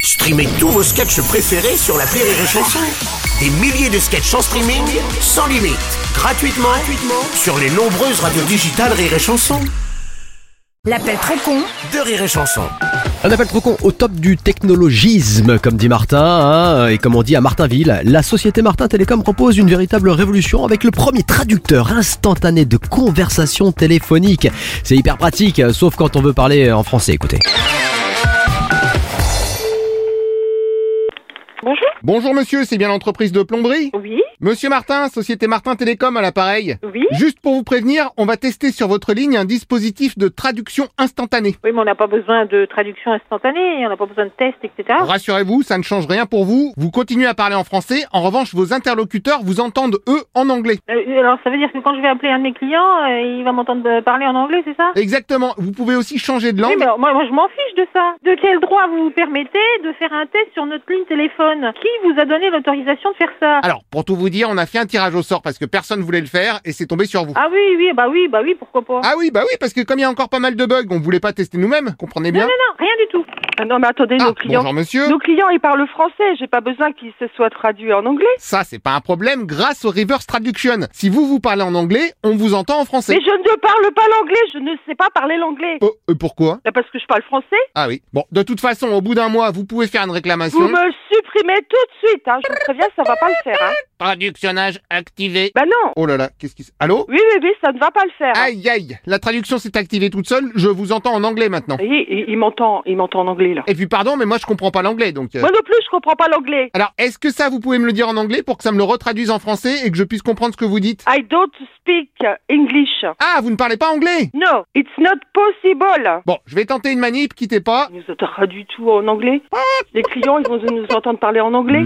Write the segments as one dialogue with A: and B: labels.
A: Streamez tous vos sketchs préférés sur la Rire et Chanson. Des milliers de sketchs en streaming, sans limite, gratuitement, gratuitement sur les nombreuses radios digitales Rire et Chanson.
B: L'appel très con
A: De Rire et Chanson.
C: Un appel trop con au top du technologisme, comme dit Martin, hein, et comme on dit à Martinville, la société Martin Télécom propose une véritable révolution avec le premier traducteur instantané de conversation téléphonique. C'est hyper pratique, euh, sauf quand on veut parler en français, écoutez.
D: Bonjour.
E: Bonjour monsieur, c'est bien l'entreprise de plomberie
D: Oui,
E: Monsieur Martin, société Martin Télécom à l'appareil.
D: oui.
E: Juste pour vous prévenir, on va tester sur votre ligne un dispositif de traduction instantanée.
D: Oui, mais on n'a pas besoin de traduction instantanée, on n'a pas besoin de tests, etc.
E: Rassurez-vous, ça ne change rien pour vous. Vous continuez à parler en français. En revanche, vos interlocuteurs vous entendent eux en anglais.
D: Euh, alors, ça veut dire que quand je vais appeler un de mes clients, euh, il va m'entendre euh, parler en anglais, c'est ça
E: Exactement. Vous pouvez aussi changer de
D: Oui,
E: langue.
D: mais alors, moi, moi, je m'en fiche de ça. De quel droit vous vous permettez de faire un test sur notre ligne téléphone Qui vous a donné l'autorisation de faire ça
E: Alors, pour tout vous dire, on a fait un tirage au sort parce que personne voulait le faire et c'est tombé sur vous.
D: Ah oui, oui, bah oui, bah oui, pourquoi pas
E: Ah oui, bah oui, parce que comme il y a encore pas mal de bugs, on voulait pas tester nous-mêmes, comprenez bien.
D: Non, non, rien du tout.
F: Ah non, mais attendez,
E: Ah,
F: nos clients.
E: bonjour monsieur.
F: Nos clients, ils parlent français. J'ai pas besoin qu'ils se soient traduits en anglais.
E: Ça, c'est pas un problème grâce au reverse traduction. Si vous vous parlez en anglais, on vous entend en français.
F: Mais je ne parle pas l'anglais. Je ne sais pas parler l'anglais.
E: Oh, euh, pourquoi
F: Bah, Parce que je parle français.
E: Ah oui. Bon, de toute façon, au bout d'un mois, vous pouvez faire une
F: Vous
E: réclamation.
F: me supprimez tout de suite. Hein. Je vous préviens, ça va pas le faire. Hein.
E: Traductionnage activé.
F: Bah non.
E: Oh là là, qu'est-ce qui se... Allô
F: Oui, oui, oui, ça ne va pas le faire. hein.
E: Aïe aïe, la traduction s'est activée toute seule, je vous entends en anglais maintenant.
F: Vous voyez, il, il m'entend, il m'entend en anglais là.
E: Et puis pardon, mais moi je comprends pas l'anglais, donc... euh,
F: Moi non plus, je comprends pas l'anglais.
E: Alors, est-ce que ça, vous pouvez me le dire en anglais pour que ça me le retraduise en français et que je puisse comprendre ce que vous dites
F: I don't speak English.
E: Ah, vous ne parlez pas anglais
F: No, it's not possible.
E: Bon, je vais tenter une manip, quittez pas.
F: Ils nous entendent pas du tout en anglais. Les clients, ils vont nous entendre parler en anglais.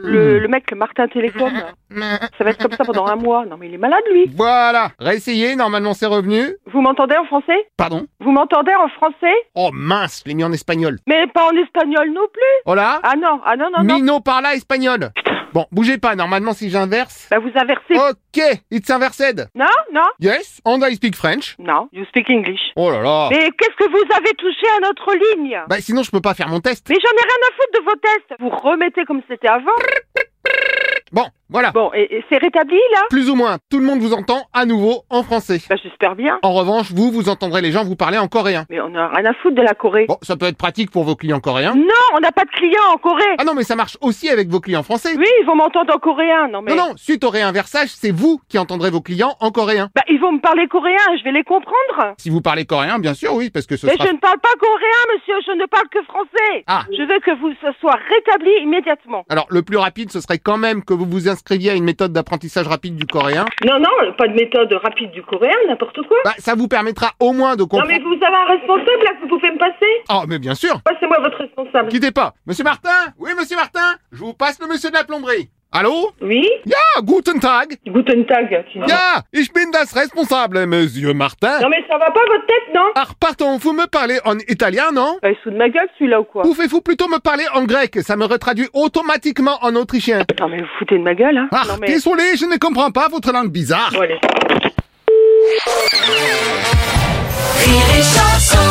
F: Le, le mec, le Martin Télécom, ça va être comme ça pendant un mois. Non, mais il est malade, lui.
E: Voilà, réessayez, normalement c'est revenu.
F: Vous m'entendez en français
E: Pardon
F: Vous m'entendez en français
E: Oh mince, je l'ai mis en espagnol.
F: Mais pas en espagnol non plus.
E: Oh là
F: Ah non, ah non, non, non.
E: Mino parla espagnol. Bon, bougez pas, normalement si j'inverse...
F: Bah, vous inversez.
E: Ok, it's inversed.
F: Non, non,
E: Yes, and I speak French.
F: non. You speak English.
E: Oh là là.
F: Mais qu'est-ce que vous avez touché à notre ligne
E: Bah sinon je peux pas faire mon test.
F: Mais j'en ai rien à foutre de vos tests. Vous remettez comme c'était avant.
E: Bon, voilà.
F: Bon, et, et c'est rétabli là
E: Plus ou moins, tout le monde vous entend à nouveau en français.
F: Bah, j'espère bien.
E: En revanche, vous, vous entendrez les gens vous parler en coréen.
F: Mais on a rien à foutre de la Corée.
E: Bon, ça peut être pratique pour vos clients coréens.
F: Non, on n'a pas de clients en Corée.
E: Ah non, mais ça marche aussi avec vos clients français.
F: Oui, ils vont m'entendre en coréen. Non, mais.
E: Non, non, suite au réinversage, c'est vous qui entendrez vos clients en coréen.
F: Bah, ils vont me parler coréen, je vais les comprendre.
E: Si vous parlez coréen, bien sûr, oui, parce que ce
F: Mais
E: sera...
F: je ne parle pas coréen, monsieur, je ne parle que français.
E: Ah.
F: Je veux que vous ce soit rétabli immédiatement.
E: Alors, le plus rapide, ce serait quand même que vous vous inscriviez à une méthode d'apprentissage rapide du coréen.
F: Non, non, pas de méthode rapide du coréen, n'importe quoi.
E: Bah, ça vous permettra au moins de
F: non,
E: comprendre...
F: mais vous avez un responsable là que vous pouvez me passer
E: Oh, mais bien sûr
F: Passez-moi votre responsable.
E: Quittez pas Monsieur Martin Oui, monsieur Martin Je vous passe le monsieur de la plomberie. Allô
F: Oui
E: Ah, guten Tag
F: Guten Tag. tu dis.
E: Ja, ich bin das responsable, Monsieur Martin.
F: Non, mais ça va pas votre tête, non
E: Ah, pardon, vous me parlez en italien, non
F: Bah, il se fout de ma gueule celui-là ou quoi
E: Pouvez-vous plutôt me parler en grec Ça me retraduit automatiquement en autrichien.
F: Non, mais vous foutez de ma gueule, hein
E: Ah,
F: Non, mais.
E: désolé, je ne comprends pas votre langue bizarre.
F: Bon, allez.
B: Rire et Chanson